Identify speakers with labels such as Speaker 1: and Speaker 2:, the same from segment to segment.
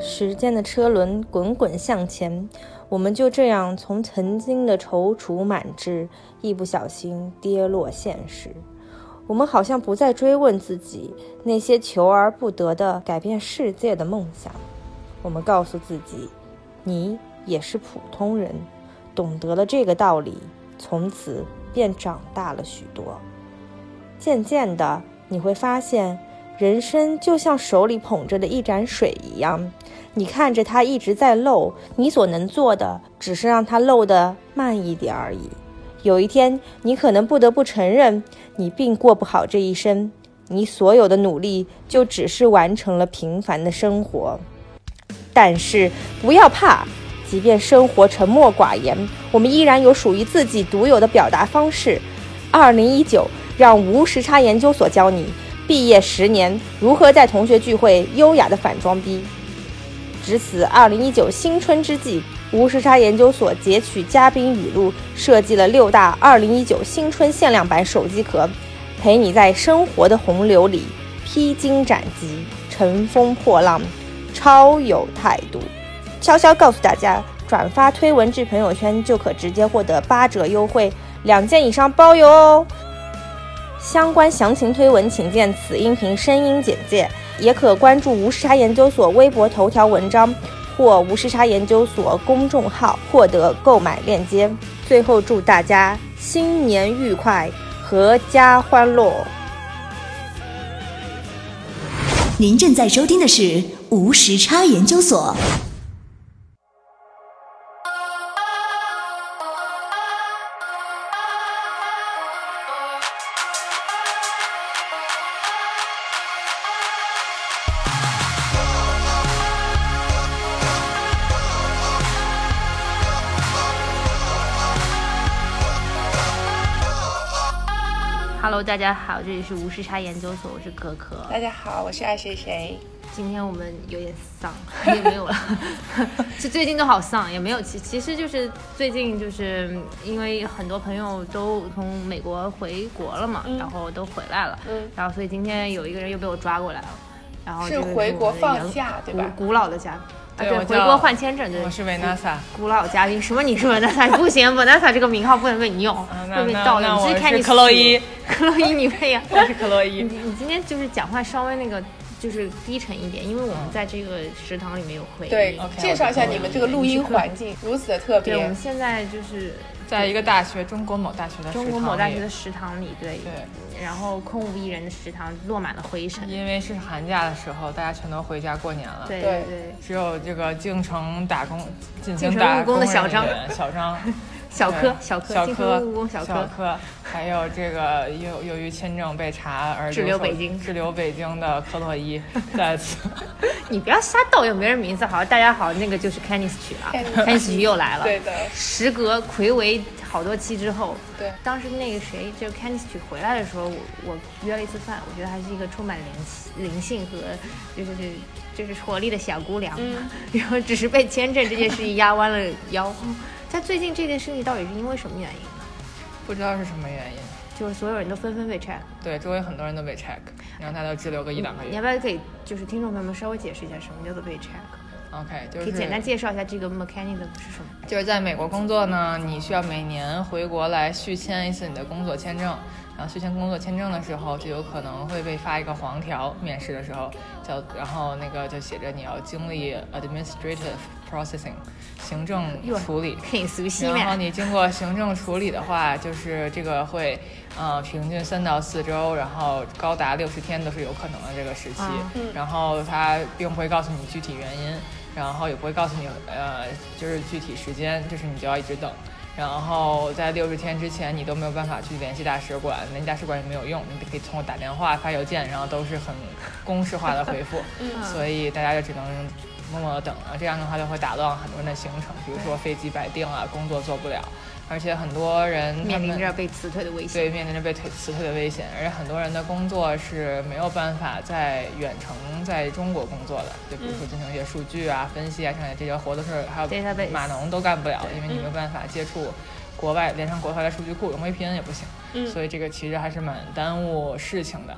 Speaker 1: 时间的车轮滚滚向前，我们就这样从曾经的踌躇满志，一不小心跌落现实。我们好像不再追问自己那些求而不得的改变世界的梦想。我们告诉自己，你也是普通人，懂得了这个道理，从此便长大了许多。渐渐的，你会发现，人生就像手里捧着的一盏水一样，你看着它一直在漏，你所能做的只是让它漏得慢一点而已。有一天，你可能不得不承认，你并过不好这一生，你所有的努力就只是完成了平凡的生活。但是不要怕，即便生活沉默寡言，我们依然有属于自己独有的表达方式。二零一九，让无时差研究所教你毕业十年如何在同学聚会优雅的反装逼。值此二零一九新春之际，无时差研究所截取嘉宾语录，设计了六大二零一九新春限量版手机壳，陪你在生活的洪流里披荆斩棘，乘风破浪。超有态度。悄悄告诉大家，转发推文至朋友圈就可直接获得八折优惠，两件以上包邮哦。相关详情推文请见此音频声音简介，也可关注无时差研究所微博头条文章或无时差研究所公众号获得购买链接。最后祝大家新年愉快，阖家欢乐。
Speaker 2: 您正在收听的是无时差研究所。
Speaker 1: Hello，大家好，这里是无时差研究所，我是可可。
Speaker 3: 大家好，我是爱谁谁。
Speaker 1: 今天我们有点丧， 也没 有了，是最近都好丧，也没有。其其实就是最近就是因为很多朋友都从美国回国了
Speaker 4: 嗯
Speaker 1: 嘛，然后都回来了，
Speaker 3: 嗯
Speaker 1: 然后所以今天有一个人又被我抓过来了，然后
Speaker 3: 是
Speaker 1: 这个
Speaker 3: 回
Speaker 1: 我
Speaker 3: 国
Speaker 1: 们的
Speaker 3: 放
Speaker 1: 原
Speaker 3: 假对吧
Speaker 1: 古古老的家。啊、
Speaker 4: 对
Speaker 1: 对，
Speaker 4: 我
Speaker 1: 回
Speaker 4: 叫
Speaker 1: 国换签证，对
Speaker 4: 我，是维纳萨。
Speaker 1: 古老嘉宾，什么你是 Vanessa 不行，Vanessa 这个名号不能被你用，
Speaker 4: 啊那
Speaker 1: 会被
Speaker 4: 那
Speaker 1: 盗
Speaker 4: 那
Speaker 1: 用。
Speaker 4: 我
Speaker 1: 之前看
Speaker 4: 是
Speaker 1: 你
Speaker 4: 克洛伊，
Speaker 1: 克洛伊你配啊呀、
Speaker 4: 我是克洛
Speaker 1: 你
Speaker 4: 伊。
Speaker 1: 你今天就是讲话稍微那个就是低沉一点，因为我们在这个食堂里面有回忆。
Speaker 3: 嗯对
Speaker 4: OK，
Speaker 3: 嗯介绍一下你们这个录音环境如此的特
Speaker 1: 对我
Speaker 3: 别
Speaker 1: 们。现在就是
Speaker 4: 在一个大学，中国某大学的
Speaker 1: 中国
Speaker 4: 食堂
Speaker 1: 某大
Speaker 4: 里
Speaker 1: 学的食堂里，对，
Speaker 4: 对
Speaker 1: 然后空无一人的食堂落满了灰尘。
Speaker 4: 因为是寒假的时候，大家全都回家过年了。
Speaker 1: 对
Speaker 3: 对
Speaker 1: 对，
Speaker 4: 只有这个进城打工、进
Speaker 1: 进城
Speaker 4: 打
Speaker 1: 务工的
Speaker 4: 人
Speaker 1: 小张
Speaker 4: 员小张、
Speaker 1: 小
Speaker 4: 对
Speaker 1: 柯小柯
Speaker 4: 小
Speaker 1: 进
Speaker 4: 柯、
Speaker 1: 城务工小柯
Speaker 4: 柯，还有这个 由由于签证被查而
Speaker 1: 滞留北京
Speaker 4: 滞留北京的克洛伊， 再次
Speaker 1: 你不要瞎盗用别人名字，好，大家好，那个就是 Kennis 曲啊
Speaker 3: Kennis
Speaker 1: ，Kennis 曲又来了。
Speaker 3: 对的，
Speaker 1: 时隔暌违好多期之后，
Speaker 3: 对
Speaker 1: 当时那个谁，就 Candice 曲回来的时候，我我约了一次饭，我觉得还是一个充满灵灵性和就是就是活力的小姑娘，
Speaker 3: 嗯
Speaker 1: 然后只是被签证这件事情压弯了腰。在最近这件事情到底是因为什么原因呢？
Speaker 4: 不知道是什么原因。
Speaker 1: 就是所有人都纷纷被拆。
Speaker 4: 对，周围很多人都被 check，然后他都滞留个一
Speaker 3: 嗯
Speaker 4: 两个
Speaker 1: 你要
Speaker 4: 月。
Speaker 1: 不要给就是听众朋友们稍微解释一下什么叫做被 check？
Speaker 4: 嗯 OK，就
Speaker 1: 可
Speaker 4: 是
Speaker 1: 嗯以简单介绍一下这个 mechanism 是什么？
Speaker 4: 就是在美国工作呢，你需要每年回国来续签一次你的工作签证，然后续签工作签证的时候，就有可能会被发一个黄条，面试的时候叫，然后那个就写着你要经历 administrative processing，行政
Speaker 1: 哟
Speaker 4: 处理。
Speaker 1: 很熟悉
Speaker 4: 然后
Speaker 1: 嘛？
Speaker 4: 你经过行政处理的话，就是这个会，呃，平均三到四周，然后高达六十天都是有可能的这个时期。
Speaker 1: 啊
Speaker 4: 然后他并不会告诉你具体原因，然后也不会告诉你呃，就是具体时间，就是你就要一直等。然后在六十天之前，你都没有办法去联系大使馆，联系大使馆也没有用，你可以通过打电话、发邮件，然后都是很公式化的回复。所以大家就只能默默的等了。这样的话就会打乱很多人的行程，比如说飞机白订啊，工作做不了，而且很多人他
Speaker 1: 面临
Speaker 4: 们
Speaker 1: 着被辞退的危险。
Speaker 4: 对面临着被退辞退的危险，而且很多人的工作是没有办法在远程在中国工作的，就比如说进行一些数据啊、分析啊上面这些活都是还有
Speaker 1: Database
Speaker 4: 码农都干不了，因为你没有办法接触。国外连上国外的数据库，用 VPN 也不行，所以这个其实还是蛮耽误事情的。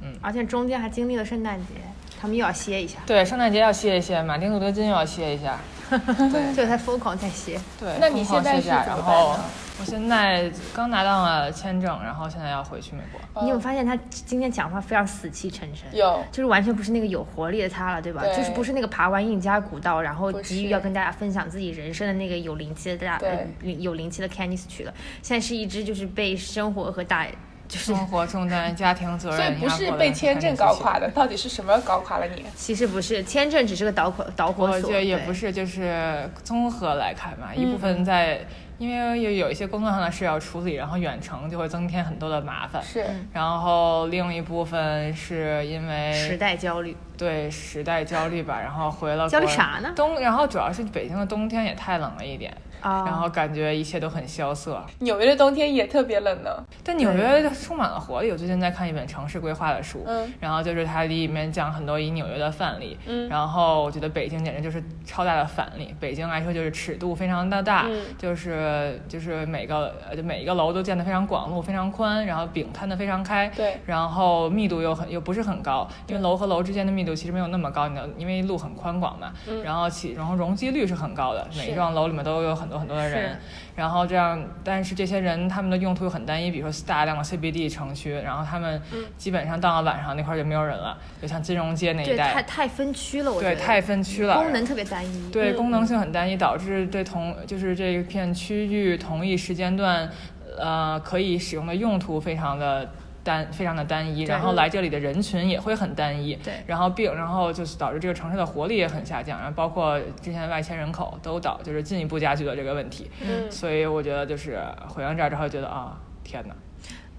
Speaker 4: 嗯
Speaker 1: 对，而且中间还经历了圣诞节，
Speaker 5: 他们又要歇一下，
Speaker 4: 对，圣诞节要歇一歇，马丁路德金又要歇一下。对
Speaker 5: 就在疯狂在歇。
Speaker 4: 对，
Speaker 3: 那你现在
Speaker 4: 疯狂
Speaker 3: 是
Speaker 4: 歇假
Speaker 3: 怎
Speaker 4: 然
Speaker 3: 么
Speaker 4: 后
Speaker 3: 办呢
Speaker 4: 我现在刚拿到了签证，然后现在要回去美国。
Speaker 5: 你有发现他今天讲话非常死气沉沉？
Speaker 3: 有
Speaker 5: 就是完全不是那个有活力的他了，对吧？
Speaker 3: 对
Speaker 5: 就是不是那个爬完印加古道，然后
Speaker 3: 不
Speaker 5: 急于
Speaker 3: 是
Speaker 5: 要跟大家分享自己人生的那个有灵气的大
Speaker 3: 对
Speaker 5: 呃有灵气的 Candice 去了。现在是一只就是被生活和大就是
Speaker 4: 生活重担、家庭责任，
Speaker 3: 所以不是被签证搞垮的，到底是什么搞垮了你？
Speaker 5: 其实不是签证，只是个导火导火
Speaker 4: 我
Speaker 5: 索，
Speaker 4: 觉得也不
Speaker 5: 对。
Speaker 4: 是，就是综合来看吧，一部
Speaker 3: 嗯
Speaker 4: 分在，因为有有一些工作上的事要处理，然后远程就会增添很多的麻烦。
Speaker 3: 是
Speaker 4: 然后另一部分是因为
Speaker 5: 时代焦虑，
Speaker 4: 对时代焦虑吧，然后回了
Speaker 5: 焦虑
Speaker 4: 国
Speaker 5: 啥呢
Speaker 4: 冬，然后主要是北京的冬天也太冷了一点，
Speaker 3: 哦
Speaker 5: 啊
Speaker 4: 然后感觉一切都很萧瑟。
Speaker 3: 纽约的冬天也特别冷呢。
Speaker 4: 但纽约充满了活力。我最近在看一本城市规划的书，
Speaker 3: 嗯
Speaker 4: 然后就是它里面讲很多以纽约的范例，然后我觉得北京简直就是超大的反例。北京来说就是尺度非常的
Speaker 3: 嗯
Speaker 4: 大，就是就是每个呃就每一个楼都建得非常广，路非常宽，然后饼摊得非常开，
Speaker 3: 对
Speaker 4: 然后密度又很又不是很高，因为楼和楼之间的密度其实没有那么高，你的因为路很宽广嘛，
Speaker 5: 嗯
Speaker 4: 然后起然后容积率是很高的，每一幢楼里面都有很多很多的人
Speaker 5: 是，
Speaker 4: 然后这样，但是这些人他们的用途又很单一，比如说大量的 CBD 城区，然后他们
Speaker 5: 嗯
Speaker 4: 基本上到了晚上那块儿就没有人了，就像金融街那一
Speaker 5: 对，太
Speaker 4: 带，
Speaker 5: 太分区了，我觉
Speaker 4: 对，
Speaker 5: 得
Speaker 4: 太分区了，
Speaker 5: 功能特别单一，
Speaker 4: 对，功能性很单一，导致对同就是这一片区域同一时间段，呃，可以使用的用途非常的。单非常的单一，然后来这里的人群也会很单一，
Speaker 5: 对
Speaker 4: 然后并然后就是导致这个城市的活力也很下降，然后包括之前外迁人口都导就是进一步加剧了这个问题，
Speaker 3: 嗯
Speaker 4: 所以我觉得就是回到这儿之后觉得啊、天哪，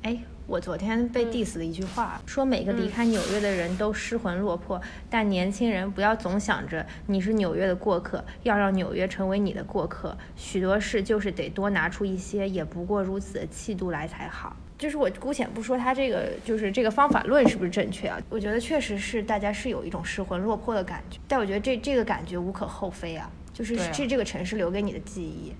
Speaker 5: 哎，我昨天被
Speaker 4: 嗯
Speaker 5: diss 了一句话，说每个离开纽约的人都失魂落魄，但年轻人不要总想着你是纽约的过客，要让纽约成为你的过客。许多事就是得多拿出一些，也不过如此的气度来才好。就是我姑且不说他这个就是这个方法论是不是正确啊，我觉得确实是大家是有一种失魂落魄的感觉，但我觉得这这个感觉无可厚非啊，就是
Speaker 4: 对啊
Speaker 5: 是这个城市留给你的记忆，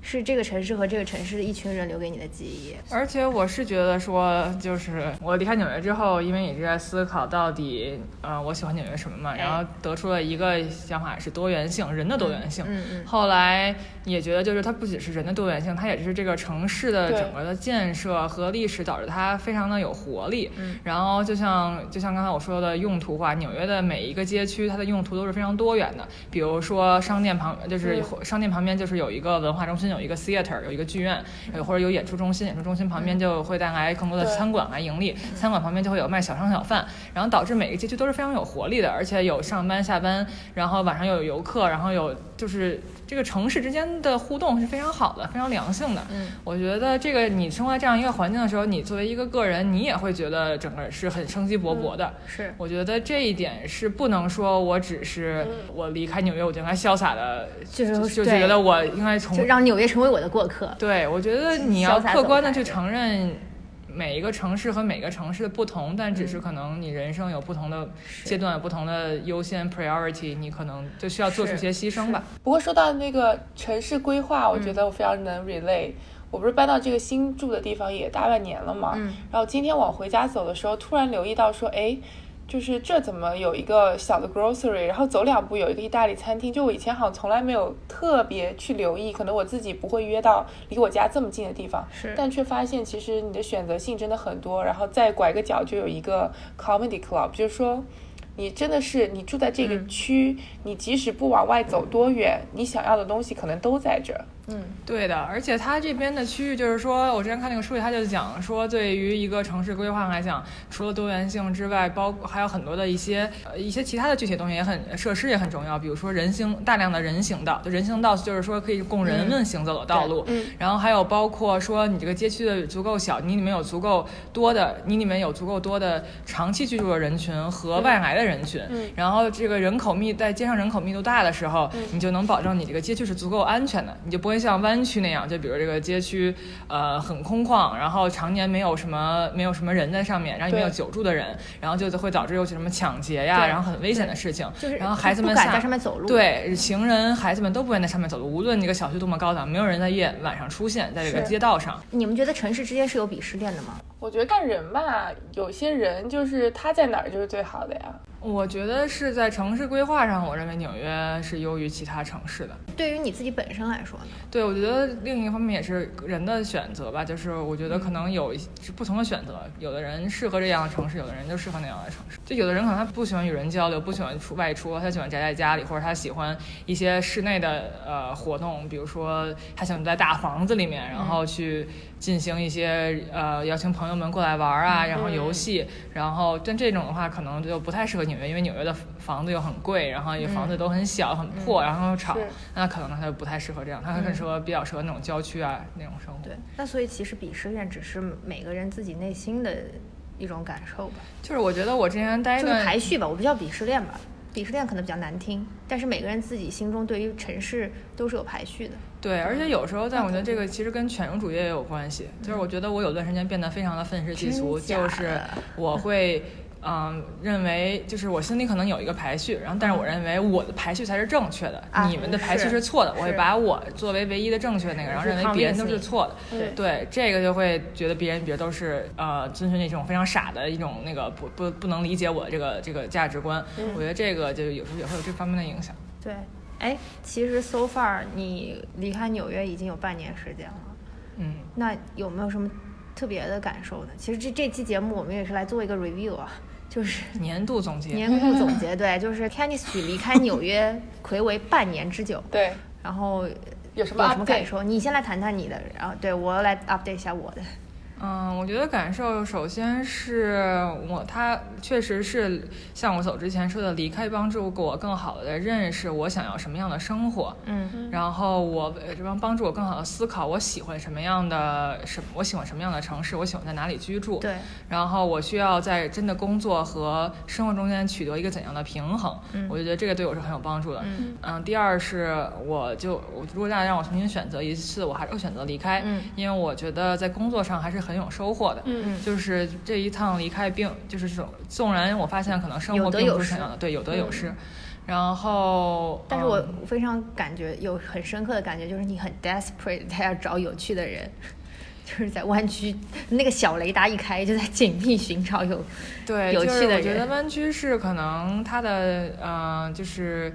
Speaker 5: 是这个城市和这个城市的一群人留给你的记忆。
Speaker 4: 而且我是觉得说，就是我离开纽约之后，因为也是在思考到底，呃，我喜欢纽约什么
Speaker 5: 哎
Speaker 4: 嘛，然后得出了一个想法是多元性，人的多元性。
Speaker 5: 嗯嗯
Speaker 4: 后来也觉得，就是它不只是人的多元性，它也是这个城市的
Speaker 3: 对
Speaker 4: 整个的建设和历史导致它非常的有活力。嗯。然后就像就像刚才我说的用途化，纽约的每一个街区，它的用途都是非常多元的。比如说商店旁，就是商店旁边就是有一个文化中心，有一个 theater，有一个剧院，有或者有演出中心，演出中心旁边就会带来更多的
Speaker 3: 对
Speaker 4: 餐馆来盈利，餐馆旁边就会有卖小商小贩，然后导致每个街区都是非常有活力的，而且有上班下班，然后晚上又有游客，然后有就是这个城市之间的互动是非常好的，非常良性的。嗯，我觉得这个你生活在这样一个环境的时候，你作为一个个人，你也会觉得整个是很生机勃勃的。
Speaker 5: 嗯是嗯
Speaker 4: 我觉得这一点是不能说我只是我离开纽约我就应该潇洒的，
Speaker 5: 就是
Speaker 4: 就就
Speaker 5: 对
Speaker 4: 觉得我应该从
Speaker 5: 就让纽约成为我的过客。
Speaker 4: 对，我觉得你
Speaker 5: 潇
Speaker 4: 要
Speaker 5: 洒
Speaker 4: 客
Speaker 5: 走
Speaker 4: 观的
Speaker 5: 开
Speaker 4: 去
Speaker 5: 对
Speaker 4: 承认每一个城市和每个城市的不同，但只
Speaker 5: 嗯
Speaker 4: 是可能你人生有不同的阶段，有不同的优先 priority，你可能就需要做出些
Speaker 5: 是
Speaker 4: 牺牲吧。
Speaker 3: 不过说到那个城市规划，我觉得我非常能 relate。我不是搬到这个新住的地方也大半年了嘛，然后今天往回家走的时候，突然留意到说，哎，就是这怎么有一个小的 grocery，然后走两步有一个意大利餐厅，就我以前好像从来没有特别去留意，可能我自己不会约到离我家这么近的地方，
Speaker 5: 是
Speaker 3: 但却发现其实你的选择性真的很多，然后再拐个角就有一个 comedy club，就是说。你真的是你住在这个区，你即使不往外走多远，你想要的东西可能都在这儿。
Speaker 4: 对的，而且它这边的区域就是说，我之前看那个书里，它就讲说，对于一个城市规划来讲，除了多元性之外，包括还有很多的一些呃一些其他的具体东西也很设施也很重要，比如说人行大量的人行道，就人行道就是说可以供
Speaker 5: 嗯
Speaker 4: 人们行走的道路，然后还有包括说你这个街区的足够小，你里面有足够多的，你里面有足够多的长期居住的人群
Speaker 5: 嗯
Speaker 4: 和外来的人群，然后这个人口密在街上人口密度大的时候，
Speaker 5: 嗯
Speaker 4: 你就能保证你这个街区是足够安全的，你就不会像湾区那样，就比如这个街区呃很空旷，然后常年没有什么没有什么人在上面，然后也没有
Speaker 3: 对
Speaker 4: 久住的人，然后就会导致有什么抢劫呀，
Speaker 5: 对
Speaker 4: 然后很危险的事情，
Speaker 5: 就是
Speaker 4: 然后孩子
Speaker 5: 不
Speaker 4: 们
Speaker 5: 敢
Speaker 4: 下
Speaker 5: 在上面走路
Speaker 4: 对，行人孩子们都不愿意在上面走路，无论这个小区多么高档，没有人在夜晚上出现在这个
Speaker 3: 是
Speaker 4: 街道上。
Speaker 5: 你们觉得城市之间是有鄙视链的吗？
Speaker 3: 我觉得看人吧，有些人就是他在哪儿就是最好的呀。
Speaker 4: 我觉得是在城市规划上，我认为纽约是优于其他城市的。
Speaker 5: 对于你自己本身来说呢？
Speaker 4: 对，我觉得另一方面也是人的选择吧，就是我觉得可能有一是不同的选择，有的人适合这样的城市，有的人就适合那样的城市。就有的人可能他不喜欢与人交流，不喜欢出外出，他喜欢宅在家里，或者他喜欢一些室内的呃活动，比如说他想在大房子里面，然后去进行一些呃邀请朋友们过来玩啊，然后游戏，然后但这种的话可能就不太适合纽约，因为纽约的房子又很贵，然后也房子都很小、很破，然后又吵
Speaker 3: 是，
Speaker 4: 那可能他就不太适合这样，他更适合比较适合那种郊区啊那种生活。
Speaker 5: 对，那所以其实鄙视链只是每个人自己内心的一种感受吧，
Speaker 4: 就是我觉得我之前待一
Speaker 5: 就是
Speaker 4: 段
Speaker 5: 排序吧，我不叫鄙视链吧，鄙视链可能比较难听，但是每个人自己心中对于城市都是有排序的。
Speaker 4: 对，而且有时候，但我觉得这个其实跟犬儒主义也有关系。就是我觉得我有段时间变得非常的愤世嫉俗，
Speaker 5: 嗯真假
Speaker 4: 就
Speaker 5: 的
Speaker 4: 是我 会。嗯，认为就是我心里可能有一个排序，然后但是我认为我的排序才是正确的，
Speaker 5: 啊
Speaker 4: 你们的排序
Speaker 5: 是
Speaker 4: 是错的。我会
Speaker 5: 是
Speaker 4: 把我作为唯一的正确那个，然后
Speaker 5: 是
Speaker 4: 认为
Speaker 5: convince
Speaker 4: 别人都
Speaker 5: 你
Speaker 4: 是错的。
Speaker 5: 对
Speaker 4: 对，这个就会觉得别人别人都是呃遵循那种非常傻的一种那个不不不能理解我的这个这个价值观。
Speaker 5: 嗯
Speaker 4: 我觉得这个就有时候也会有这方面的影响。
Speaker 5: 对，哎，其实 so far 你离开纽约已经有半年时间了，
Speaker 4: 嗯，
Speaker 5: 那有没有什么特别的感受呢？其实这这期节目我们也是来做一个 review 啊，就是
Speaker 4: 年度总结，
Speaker 5: 年度总结，对，就是 Candice 离开纽约魁违半年之久，
Speaker 3: 对，
Speaker 5: 然后
Speaker 3: 有什么
Speaker 5: 有什么
Speaker 3: update？
Speaker 5: 感受？你先来谈谈你的，然后对我来 update 一下我的。
Speaker 4: 嗯，我觉得感受首先是我，他确实是像我走之前说的，离开帮助我更好的认识我想要什么样的生活，
Speaker 5: 嗯
Speaker 4: 然后我呃这帮帮助我更好的思考我喜欢什么样的什，我喜欢什么样的城市，我喜欢在哪里居住，，
Speaker 5: 对，
Speaker 4: 然后我需要在真的工作和生活中间取得一个怎样的平衡，我就觉得这个对我是很有帮助的。
Speaker 5: 嗯
Speaker 4: 第二是我就我如果大家让我重新选择一次，我还是会选择离开，
Speaker 5: 嗯
Speaker 4: 因为我觉得在工作上还是很有收获的。
Speaker 3: 嗯
Speaker 4: 就是这一趟离开并就是这种，纵然我发现可能生
Speaker 5: 有
Speaker 4: 活
Speaker 5: 得
Speaker 4: 并
Speaker 5: 有
Speaker 4: 不是
Speaker 5: 失嗯
Speaker 4: 想要的，对，有得有失。然后，
Speaker 5: 但是我
Speaker 4: 嗯
Speaker 5: 非常感觉有很深刻的感觉，就是你很 desperate，他要找有趣的人， 就是在湾区那个小雷达一开，就在紧密寻找有
Speaker 4: 对，
Speaker 5: 有
Speaker 4: 就
Speaker 5: 趣
Speaker 4: 是
Speaker 5: 的
Speaker 4: 我觉
Speaker 5: 人
Speaker 4: 得湾区是可能它的呃，就是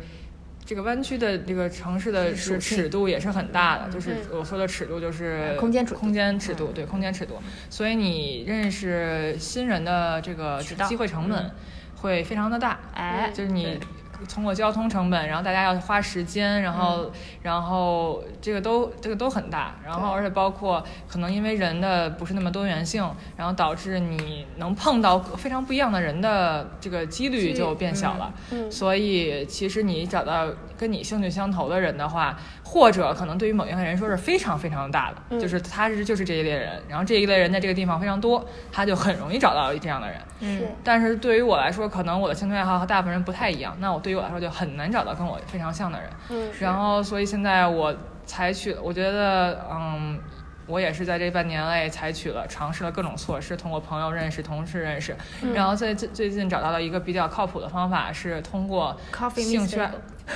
Speaker 4: 这个湾区的这个城市的
Speaker 5: 是属
Speaker 4: 是
Speaker 5: 性
Speaker 4: 尺度也是很大的，就是
Speaker 3: 嗯
Speaker 4: 我说的尺度就是
Speaker 5: 呃空间尺度嗯
Speaker 4: 空间尺度，对，空间尺度。所以你认识新人的这个
Speaker 5: 渠道
Speaker 4: 机会成本会非常的大，
Speaker 5: 哎，
Speaker 4: 就是你
Speaker 5: 嗯对。
Speaker 4: 通过交通成本，然后大家要花时间，然
Speaker 5: 嗯
Speaker 4: 后，然后这个都这个都很大，然后
Speaker 5: 对
Speaker 4: 而且包括可能因为人的不是那么多元性，然后导致你能碰到非常不一样的人的这个几
Speaker 5: 几率
Speaker 4: 率就变小了。
Speaker 3: 嗯
Speaker 4: 所以其实你找到跟你兴趣相投的人的话，或者可能对于某一类人说是非常非常大的，
Speaker 3: 嗯
Speaker 4: 就是他是就是这一类人，然后这一类人在这个地方非常多，他就很容易找到这样的人。
Speaker 5: 嗯
Speaker 3: 是，
Speaker 4: 但是对于我来说，可能我的兴趣爱好和大部分人不太一样，那我对于我来说就很难找到跟我非常像的人。
Speaker 3: 嗯
Speaker 4: 然后所以现在我采取，我觉得，嗯，我也是在这半年内采取了尝试了各种措施，通过朋友认识、同事认识，然后最最最近找到了一个比较靠谱的方法，是通过
Speaker 5: Coffee
Speaker 4: 兴趣
Speaker 5: mixtape
Speaker 4: 爱。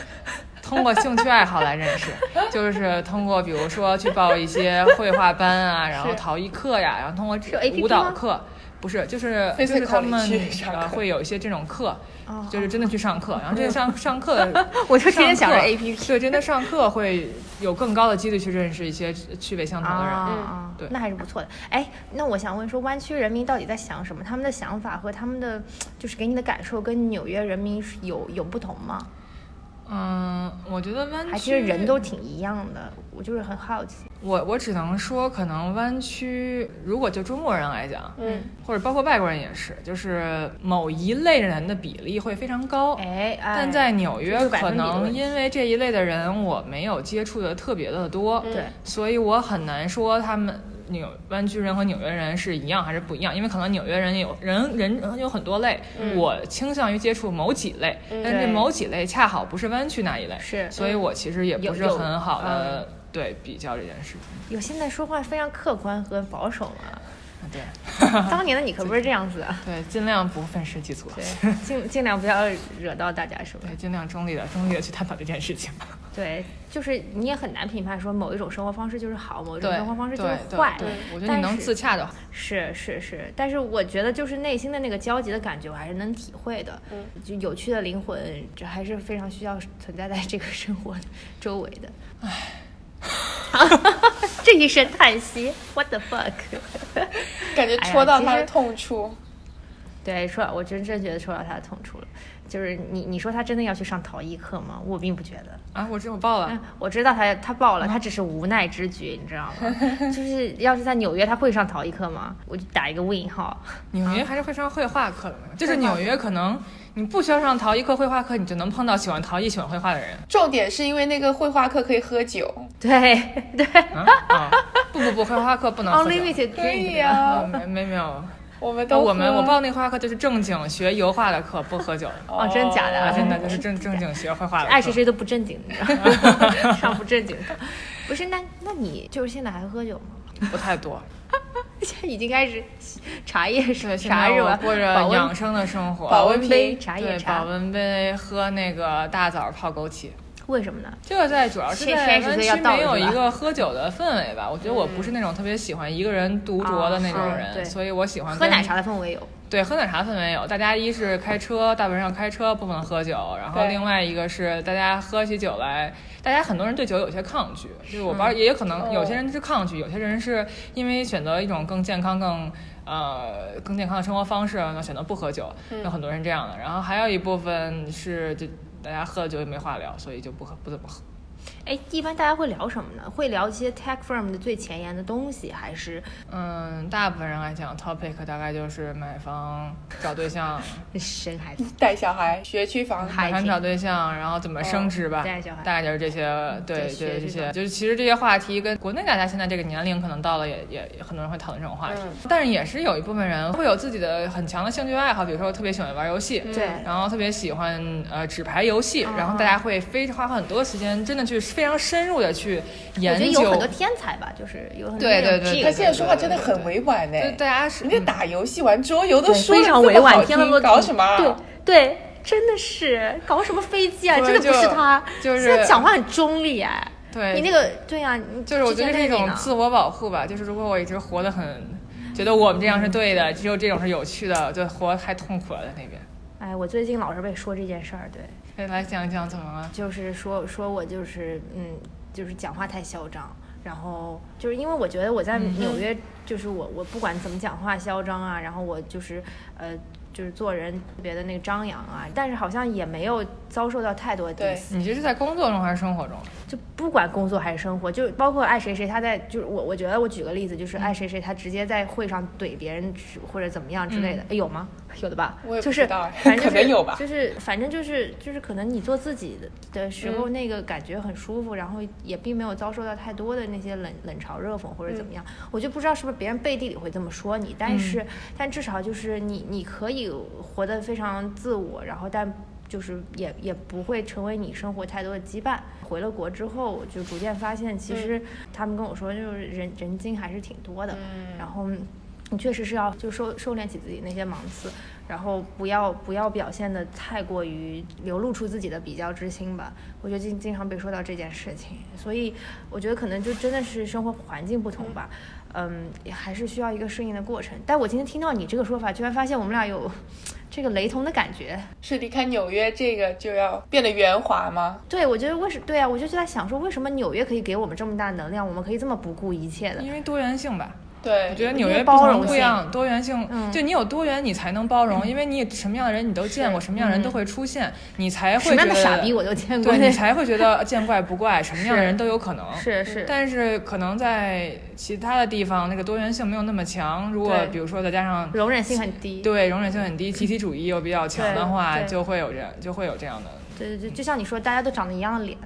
Speaker 4: 通过兴趣爱好来认识，就是通过比如说去报一些绘画班啊，然后
Speaker 5: 是
Speaker 4: 陶艺课呀，然后通过这
Speaker 5: 有 APP
Speaker 4: 舞蹈
Speaker 5: 吗
Speaker 4: 课，不是就是就
Speaker 3: Physical
Speaker 4: 是他们
Speaker 3: 去上
Speaker 4: 呃
Speaker 3: 课
Speaker 4: 会有一些这种课
Speaker 5: 哦，
Speaker 4: 就是真的去上课，然后这个上上课的
Speaker 5: 我就天天
Speaker 4: 上
Speaker 5: 想着
Speaker 4: 课
Speaker 5: APP
Speaker 4: 对，真的上课会有更高的几率去认识一些趣味相同的人。
Speaker 5: 啊，
Speaker 4: 对
Speaker 5: 那还是不错的。哎，那我想问说，湾区人民到底在想什么？他们的想法和他们的就是给你的感受跟纽约人民是有有不同吗？
Speaker 4: 嗯，我觉得湾区
Speaker 5: 还其实人都挺一样的，我就是很好奇。
Speaker 4: 我我只能说，可能湾区如果就中国人来讲，
Speaker 3: 嗯，
Speaker 4: 或者包括外国人也是，就是某一类人的比例会非常高。
Speaker 5: 哎，哎
Speaker 4: 但在纽
Speaker 5: 这
Speaker 4: 约，
Speaker 5: 是百
Speaker 4: 可
Speaker 5: 分比的
Speaker 4: 能
Speaker 5: 问题
Speaker 4: 因为这一类的人我没有接触的特别的多，
Speaker 5: 嗯对
Speaker 4: 所以我很难说他们纽湾区人和纽约人是一样还是不一样，因为可能纽约人有人人有很多类，我倾向于接触某几类，但是
Speaker 5: 嗯
Speaker 4: 这
Speaker 5: 对
Speaker 4: 某几类恰好不是湾区那一类，
Speaker 5: 是嗯
Speaker 4: 所以我其实也不是
Speaker 5: 有嗯有
Speaker 4: 很好的对比较这件事情，
Speaker 5: 有现在说话非常客观和保守嘛。
Speaker 4: 对
Speaker 5: 当年的你可不是这样子啊，
Speaker 4: 对，尽量不愤世嫉俗，
Speaker 5: 对，尽尽量不要惹到大家，是吧？
Speaker 4: 对，尽量中立的中立的去探讨这件事情。
Speaker 5: 对，就是你也很难评判说某一种生活方式就是好，某一种
Speaker 4: 对
Speaker 5: 生活方式就
Speaker 4: 对
Speaker 5: 是
Speaker 4: 对
Speaker 5: 坏。
Speaker 4: 对，我觉得
Speaker 5: 嗯但
Speaker 4: 你能
Speaker 5: 是
Speaker 4: 自洽就好。
Speaker 5: 是是是，但是我觉得就是内心的那个焦急的感觉，我还是能体会的。
Speaker 3: 嗯，
Speaker 5: 就有趣的灵魂，这还是非常需要存在在这个生活周围的。唉，这一声叹息，What the fuck？
Speaker 3: 嗯感觉
Speaker 5: 哎呀
Speaker 3: 戳到
Speaker 5: 其
Speaker 3: 他的
Speaker 5: 实
Speaker 3: 痛处。
Speaker 5: 对，说我真真觉得戳到他的痛处了。就是你你说他真的要去上陶艺课吗？我并不觉得。
Speaker 4: 啊，我这我报了
Speaker 5: 嗯，，我知道他他报了，他只是无奈之举，你知道吗？就是要是在纽约，他会上陶艺课吗？我就打一个问号。
Speaker 4: 纽约还是会上绘画课的嘛，啊就是纽约可能你不需要上陶艺课、绘画课，你就能碰到喜欢陶艺、喜欢绘画的 人。
Speaker 3: 重点是因为那个绘画课可以喝酒，
Speaker 5: 对 对
Speaker 4: 啊，啊不不不，绘画课不能喝酒。
Speaker 5: ，unlimited
Speaker 3: 可以
Speaker 5: 哦 drink
Speaker 3: 呀啊
Speaker 4: 啊，没没没有，
Speaker 3: 我们
Speaker 4: 那
Speaker 3: 都
Speaker 4: 我们
Speaker 3: 喝
Speaker 4: 我报那绘画课就是正经学油画的课，不喝酒。
Speaker 5: 哦，真的假的？
Speaker 4: 啊，真的就是正正经学绘画的课。
Speaker 5: 爱谁谁都不正经，你知道 吗？上不正经的，不是？那那你就是现在还喝酒吗？
Speaker 4: 不太多。
Speaker 5: 现在已经开始茶叶是
Speaker 4: 对，现
Speaker 5: 茶
Speaker 4: 在
Speaker 5: 是
Speaker 4: 我
Speaker 5: 吧？
Speaker 4: 过
Speaker 5: 保
Speaker 4: 着
Speaker 5: 温
Speaker 4: 养生的生活，
Speaker 3: 保
Speaker 5: 温杯
Speaker 3: 瓶
Speaker 5: 茶叶
Speaker 4: 对
Speaker 5: 茶
Speaker 4: 保，温杯喝那个大枣泡枸杞。
Speaker 5: 为什么呢？
Speaker 4: 这个在主要是
Speaker 5: 现
Speaker 4: 在
Speaker 5: 现在
Speaker 4: 湾
Speaker 5: 是要
Speaker 4: 区
Speaker 5: 倒
Speaker 4: 没有
Speaker 5: 是吧嗯
Speaker 4: 一个喝酒的氛围吧。我觉得我不是那种特别喜欢一个人独酌的那种
Speaker 5: 啊是对
Speaker 4: 人，所以我喜欢
Speaker 5: 喝
Speaker 4: 跟
Speaker 5: 奶茶的氛围有，
Speaker 4: 对，喝奶茶氛围有，大家一是开车，大晚上开车不能喝酒，然后
Speaker 3: 对
Speaker 4: 另外一个是大家喝起酒来，大家很多人对酒有些抗拒，就是我不知道，也有可能有些人是抗拒，有些人是因为选择一种更健康、更呃更健康的生活方式，那选择不喝酒，
Speaker 5: 嗯
Speaker 4: 有很多人这样的，然后还有一部分是就大家喝了酒也没话聊，所以就不喝不怎么喝。
Speaker 5: 哎，一般大家会聊什么呢？会聊一些 tech firm 的最前沿的东西，还是
Speaker 4: 嗯，大部分人来讲，topic 大概就是买房、找对 象。
Speaker 5: 生孩子？
Speaker 3: 带小孩，学区房。
Speaker 5: 嗨
Speaker 4: 马上找对象，然后怎么升职吧，
Speaker 5: 哦带小孩
Speaker 4: 大概就是这些，对
Speaker 5: 对学
Speaker 4: 对这
Speaker 5: 这种
Speaker 4: 些，就是其实这些话题跟国内大家现在这个年龄可能到了也，也也很多人会讨论这种话
Speaker 5: 嗯
Speaker 4: 题，但是也是有一部分人会有自己的很强的兴趣爱好，比如说我特别喜欢玩游戏，
Speaker 5: 对
Speaker 4: 然后特别喜欢呃纸牌游戏，
Speaker 5: 嗯
Speaker 4: 然后大家会非花很多时间，真的去非常深入的去
Speaker 5: 我
Speaker 4: 研
Speaker 5: 觉得有很
Speaker 4: 究
Speaker 5: 多。天才吧，就是有很多
Speaker 4: 对
Speaker 5: 那
Speaker 4: 对对
Speaker 5: 种
Speaker 4: 对
Speaker 5: geek
Speaker 3: 他现在说话真的很委婉哎呢
Speaker 4: 就，大家是嗯
Speaker 3: 人家打游戏、玩桌游都
Speaker 5: 对
Speaker 3: 说
Speaker 5: 非
Speaker 3: 得
Speaker 5: 常
Speaker 3: 这么
Speaker 5: 委婉
Speaker 3: 好，
Speaker 5: 听了
Speaker 3: 听
Speaker 5: 都
Speaker 3: 搞什么啊？
Speaker 5: 对对，真的是搞什么飞机啊？
Speaker 4: 对
Speaker 5: 真的不是
Speaker 4: 就
Speaker 5: 他，
Speaker 4: 就是
Speaker 5: 现在讲话很中立哎。
Speaker 4: 对
Speaker 5: 你那个对呀、你
Speaker 4: 就是我觉得
Speaker 5: 之
Speaker 4: 是一
Speaker 5: 前那里
Speaker 4: 种
Speaker 5: 呢
Speaker 4: 自我保护吧，就是如果我一直活得很，觉得我们这样是对的，只有这种是有趣的，就活得太痛苦了在那边。
Speaker 5: 哎，我最近老是被说这件事儿，对，
Speaker 4: 可以来讲一讲怎么了？
Speaker 5: 就是说说我就是嗯，就是讲话太嚣张，然后就是因为我觉得我
Speaker 4: 嗯
Speaker 5: 在纽约，就是我我不管怎么讲话嚣张啊，然后我就是呃就是做人特别的那个张扬啊，但是好像也没有遭受到太多的
Speaker 3: 对
Speaker 5: diss，
Speaker 4: 你这是在工作中还是生活中？
Speaker 5: 就不管工作还是生活，就包括爱谁谁，他在就是我我觉得我举个例子，就是
Speaker 3: 嗯
Speaker 5: 爱谁谁他直接在会上怼别人指或者怎么样之类的，哎有吗？有的吧，
Speaker 3: 嗯我也不
Speaker 5: 就是
Speaker 3: 知道哎
Speaker 5: 反正、就是、
Speaker 3: 可能有吧
Speaker 5: 就是反正就是就是可能你做自己的的时候，那个感觉很舒服，然后也并没有遭受到太多的那些冷冷嘲热讽或者怎么样，我就不知道是不是别人背地里会这么说你，但是、但至少就是你你可以活得非常自我，然后但。就是也也不会成为你生活太多的羁绊。回了国之后，我就逐渐发现，其实他们跟我说，就是人人精还是挺多的。
Speaker 3: 嗯
Speaker 5: 然后你确实是要就收收敛起自己那些芒刺，然后不要不要表现的太过于流露出自己的比较之心吧。我觉得经经常被说到这件事情，所以我觉得可能就真的是生活环境不同吧。嗯，也还是需要一个适应的过程。但我今天听到你这个说法，居然发现我们俩有这个雷同的感觉。
Speaker 3: 是离开纽约这个就要变得圆滑吗？
Speaker 5: 对，我觉得为什对啊，我就在想说，为什么纽约可以给我们这么大能量，我们可以这么不顾一切的？
Speaker 4: 因为多元性吧。
Speaker 3: 对，
Speaker 4: 我觉
Speaker 3: 得
Speaker 4: 得纽约不
Speaker 5: 嗯包
Speaker 4: 同
Speaker 5: 容
Speaker 4: 不一样，多元性，
Speaker 5: 嗯
Speaker 4: 就你有多元，你才能包容，因为你什么样的人你都见过，什么样的人都会出现，你才
Speaker 5: 嗯什么
Speaker 4: 会觉
Speaker 5: 样的
Speaker 4: 得
Speaker 5: 傻逼我都见过
Speaker 4: 对，你才会觉得见怪不怪，什么样的人都有可能。
Speaker 5: 是是，
Speaker 4: 但是可能在其他的地方，那个多元性没有那么强。如果
Speaker 5: 对
Speaker 4: 比如说再加上
Speaker 5: 容忍性很低。
Speaker 4: 对容忍性很低，集体主义又比较强的话，
Speaker 5: 对对
Speaker 4: 就会有这样就会有这样的。
Speaker 5: 对对对，就像你说，大家都长得一样的脸，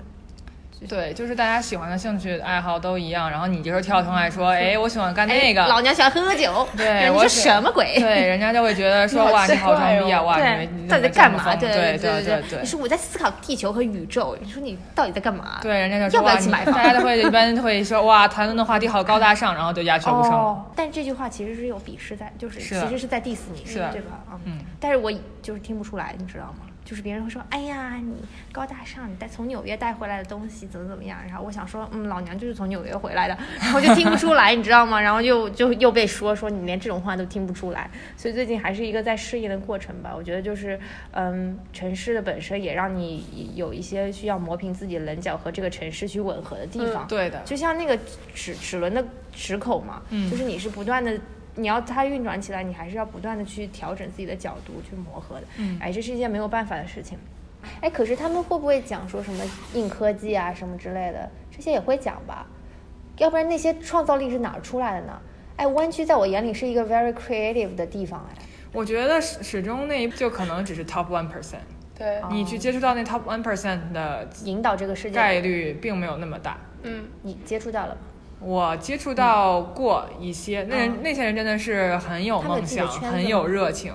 Speaker 4: 对，就是大家喜欢的兴趣爱好都一样，然后你这时候跳出来 说，哎，我喜欢干那个，
Speaker 5: 哎老娘喜欢喝酒，
Speaker 4: 对
Speaker 5: 人家
Speaker 4: 我
Speaker 5: 说
Speaker 4: 喜
Speaker 5: 什么鬼？
Speaker 4: 对，人家就会觉得 说
Speaker 3: 你好
Speaker 4: 哇，
Speaker 3: 奇
Speaker 4: 你好装逼啊，
Speaker 3: 怪哦
Speaker 4: 哇，
Speaker 5: 对
Speaker 4: 你你
Speaker 5: 到
Speaker 4: 怎
Speaker 5: 底在
Speaker 4: 么这么
Speaker 5: 干嘛？
Speaker 4: 疯对
Speaker 5: 对
Speaker 4: 对
Speaker 5: 你说我在思考地球和宇宙，你说你到底在干嘛？
Speaker 4: 对，人家就说
Speaker 5: 要不要
Speaker 4: 哇
Speaker 5: 去
Speaker 4: 你
Speaker 5: 买
Speaker 4: 大
Speaker 5: 房？
Speaker 4: 家都会一般都会说哇，谈论的话题好高大上，然后就鸦雀无声。
Speaker 5: 哦，但这句话其实是有鄙视在，就是
Speaker 4: 是的
Speaker 5: 其实是在 diss 你，
Speaker 4: 是的
Speaker 5: 对吧？嗯
Speaker 4: 嗯，
Speaker 5: 但是我就是听不出来，你知道吗？就是别人会说，哎呀，你高大上，你带从纽约带回来的东西怎么怎么样？然后我想说，嗯，老娘就是从纽约回来的， 然后就听不出来，你知道吗？然 后就就又被说说你连这种话都听不出来，所以最近还是一个在适应的过程吧。我觉得就是，嗯，城市的本身也让你有一些需要磨平自己棱角和这个城市去吻合的地方。
Speaker 4: 嗯对的
Speaker 5: 就像那个齿齿轮的齿口嘛，
Speaker 4: 嗯
Speaker 5: 就是你是不断的。你要它运转起来，你还是要不断的去调整自己的角度去磨合的。
Speaker 4: 嗯
Speaker 5: 哎，这是一件没有办法的事情。哎，可是他们会不会讲说什么硬科技啊什么之类的？这些也会讲吧？要不然那些创造力是哪儿出来的呢？哎，湾区在我眼里是一个 very creative 的地方哎。
Speaker 4: 我觉得始始终那一就可能只是 top one percent，
Speaker 3: 对，
Speaker 4: 你
Speaker 5: 哦
Speaker 4: 去接触到那 top one percent 的
Speaker 5: 引导这个世界，
Speaker 4: 概率并没有那么大。
Speaker 3: 嗯，
Speaker 5: 你接触到了吗？
Speaker 4: 我接触到过一些，那人那些人真的是很有
Speaker 5: 嗯他们有
Speaker 4: 梦
Speaker 5: 自己的
Speaker 4: 想，
Speaker 5: 圈子嗯
Speaker 4: 很有热情。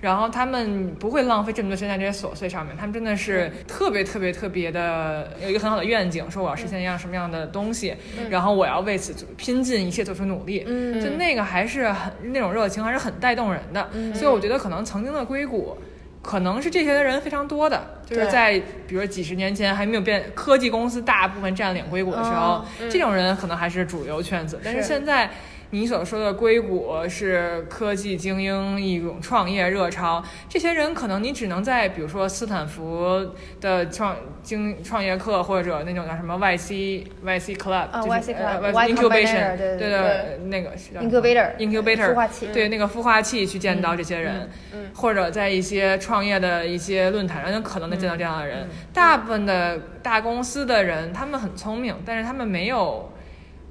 Speaker 4: 然后他们不会浪费这么多时间在这些琐碎上面，他们真的是特别特别特别的有一个很好的愿景，说我要实现一样什么样的东西，然后我要为此做拼尽一切做出努力。
Speaker 5: 嗯
Speaker 4: 就那个还是很那种热情，还是很带动人的。
Speaker 5: 嗯
Speaker 4: 所以我觉得可能曾经的硅谷。可能是这些人非常多的，就是
Speaker 3: 对
Speaker 4: 在比如说几十年前还没有变科技公司大部分占领硅谷的时候，
Speaker 5: 哦
Speaker 4: 这种人可能还是主流圈子，但是现在。你所说的硅谷是科技精英一种创业热潮，这些人可能你只能在比如说斯坦福的创经创业课或者那种叫什么 YC YC Club，、
Speaker 5: 啊
Speaker 4: 就是
Speaker 5: YC club，
Speaker 4: 呃
Speaker 5: Y
Speaker 4: incubation，
Speaker 5: Combinator，对对
Speaker 4: 对
Speaker 3: 对
Speaker 4: 那个是叫什么
Speaker 5: Incubator
Speaker 4: incubator
Speaker 5: 孵化器嗯
Speaker 4: 对那个孵化器去见到这些人，或者在一些创业的一些论坛上，可能能见到这样的
Speaker 5: 嗯
Speaker 4: 人。大部分的大公司的人，他们很聪明，但是他们没有。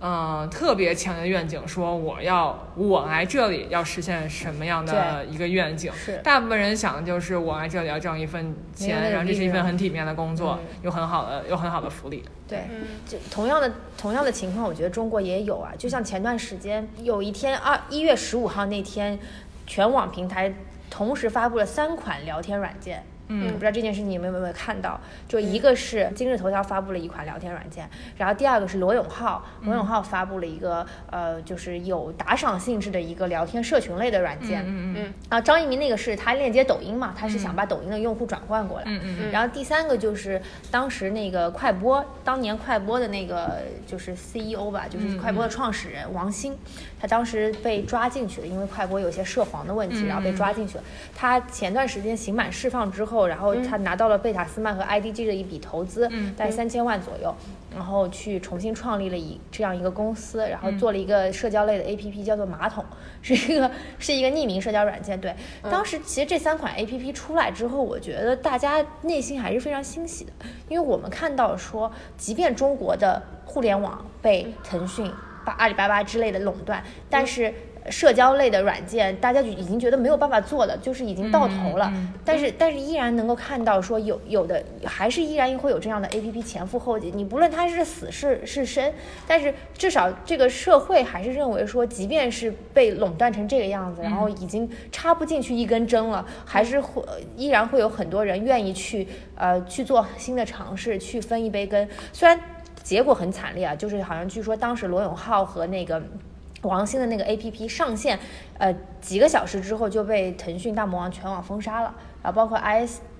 Speaker 4: 嗯、特别强的愿景，说我要我来这里要实现什么样的一个愿景
Speaker 5: 是？
Speaker 4: 大部分人想的就是我来这里要挣一份
Speaker 5: 没有那个
Speaker 4: 钱，
Speaker 5: 嗯
Speaker 4: 然后这是一
Speaker 5: 利润
Speaker 4: 份很体面的工作，有很好的有很好的福利。
Speaker 5: 对，就同样的同样的情况，我觉得中国也有啊。就像前段时间有一天二一月十五号那天，全网平台同时发布了三款聊天软件。嗯，我不知道这件事情你们有没有看到？就一个是今日头条发布了一款聊天软件，然后第二个是罗永浩，罗永浩发布了一个、呃，就是有打赏性质的一个聊天社群类的软件。嗯
Speaker 3: 嗯。
Speaker 5: 然后张一鸣那个是他链接抖音嘛，他是想把抖音的用户转换过来。
Speaker 4: 嗯嗯
Speaker 5: 然后第三个就是当时那个快播，当年快播的那个就是 CEO 吧，就是
Speaker 4: 嗯
Speaker 5: 快播的创始人王兴，他当时被抓进去了，因为快播有些涉黄的问题，然
Speaker 4: 嗯
Speaker 5: 后被抓进去了。他前段时间刑满释放之后，然后
Speaker 4: 嗯
Speaker 5: 他拿到了贝塔斯曼和 IDG 的一笔投资，大概三千万左右，然后去重新创立了一这样一个公司，然后做了一个社交类的 APP，叫做马桶， 是一个是一个匿名社交软件。对，当时其实这三款 APP 出来之后，我觉得大家内心还是非常欣喜的，因为我们看到说，即便中国的互联网被腾讯、把阿里巴巴之类的垄断，但是。社交类的软件，大家就已经觉得没有办法做的，就是已经到头了。但是，但是依然能够看到说有有的还是依然会有这样的 A P P 前赴后继。你不论它是死是是生，但是至少这个社会还是认为说，即便是被垄断成这个样子，然后已经插不进去一根针了，还是会依然会有很多人愿意去呃去做新的尝试，去分一杯羹。虽然结果很惨烈啊，就是好像据说当时罗永浩和那个王兴的那个 APP 上线，呃，几个小时之后就被腾讯大魔王全网封杀了，然后包括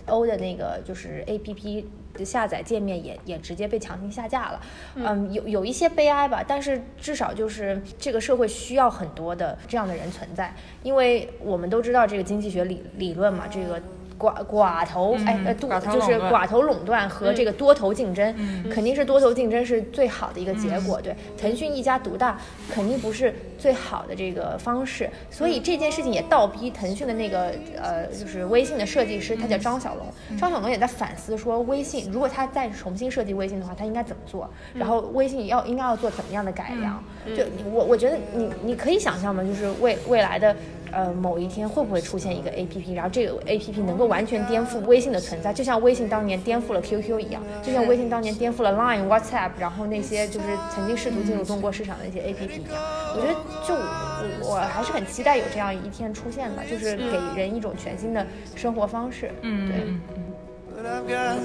Speaker 5: ISO 的那个就是 APP 的下载界面也也直接被强行下架了。嗯，有有一些悲哀吧，但是至少就是这个社会需要很多的这样的人存在，因为我们都知道这个经济学理理论嘛，这个。寡寡头，哎，呃，
Speaker 4: 嗯寡头
Speaker 5: 就是
Speaker 4: 垄断
Speaker 5: 寡头垄断和这个多头竞争，肯定是多头竞争是最好的一个结果。对，腾讯一家独大肯定不是最好的这个方式，所以这件事情也倒逼腾讯的那个呃，就是微信的设计师，他叫张小龙，张小龙也在反思说，微信如果他再重新设计微信的话，他应该怎么做？然后微信要应该要做怎么样的改良？就你我我觉得你你可以想象吗？就是未未来的。呃，某一天会不会出现一个 A P P，然后这个 A P P 能够完全颠覆微信的存在，就像微信当年颠覆了 Q Q 一样，就像微信当年颠覆了 Line、WhatsApp，然后那些就是曾经试图进入中国市场的那些 A P P 一样。我觉得就我我还是很期待有这样一天出现吧，就是给人一种全新的生活方式。嗯，对。
Speaker 6: But I've got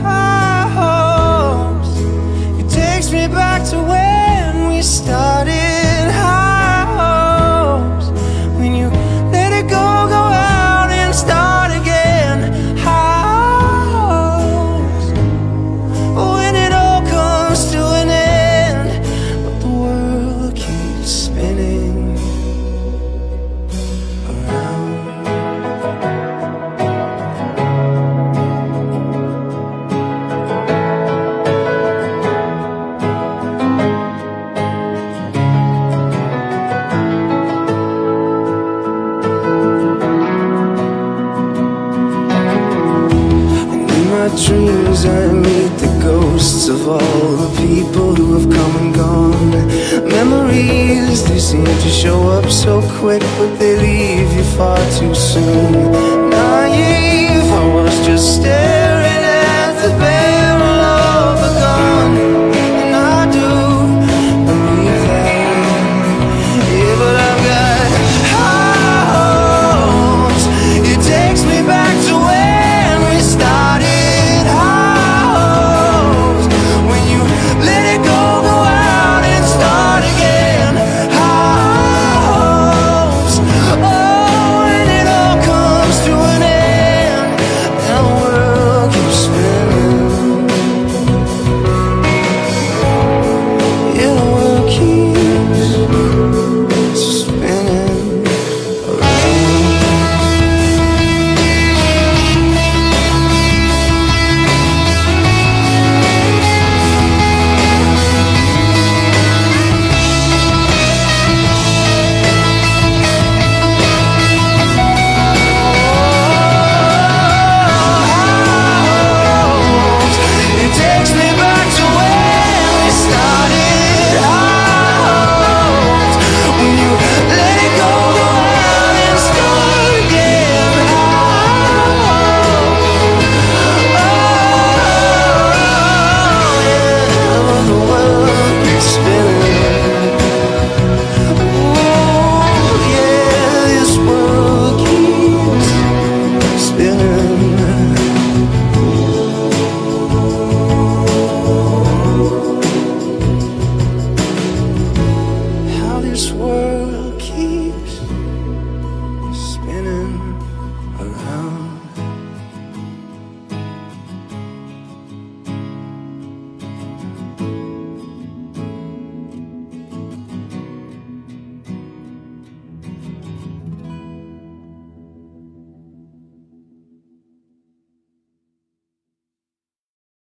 Speaker 6: high hopes. It takes me back to when we started. High hopes. When you let it go, go out and start again. High dreams I meet the ghosts of all the people who have come and gone. Memories, they seem to show up so quick, but they leave you far too soon. Naive, I was just staring at the bed. Oh,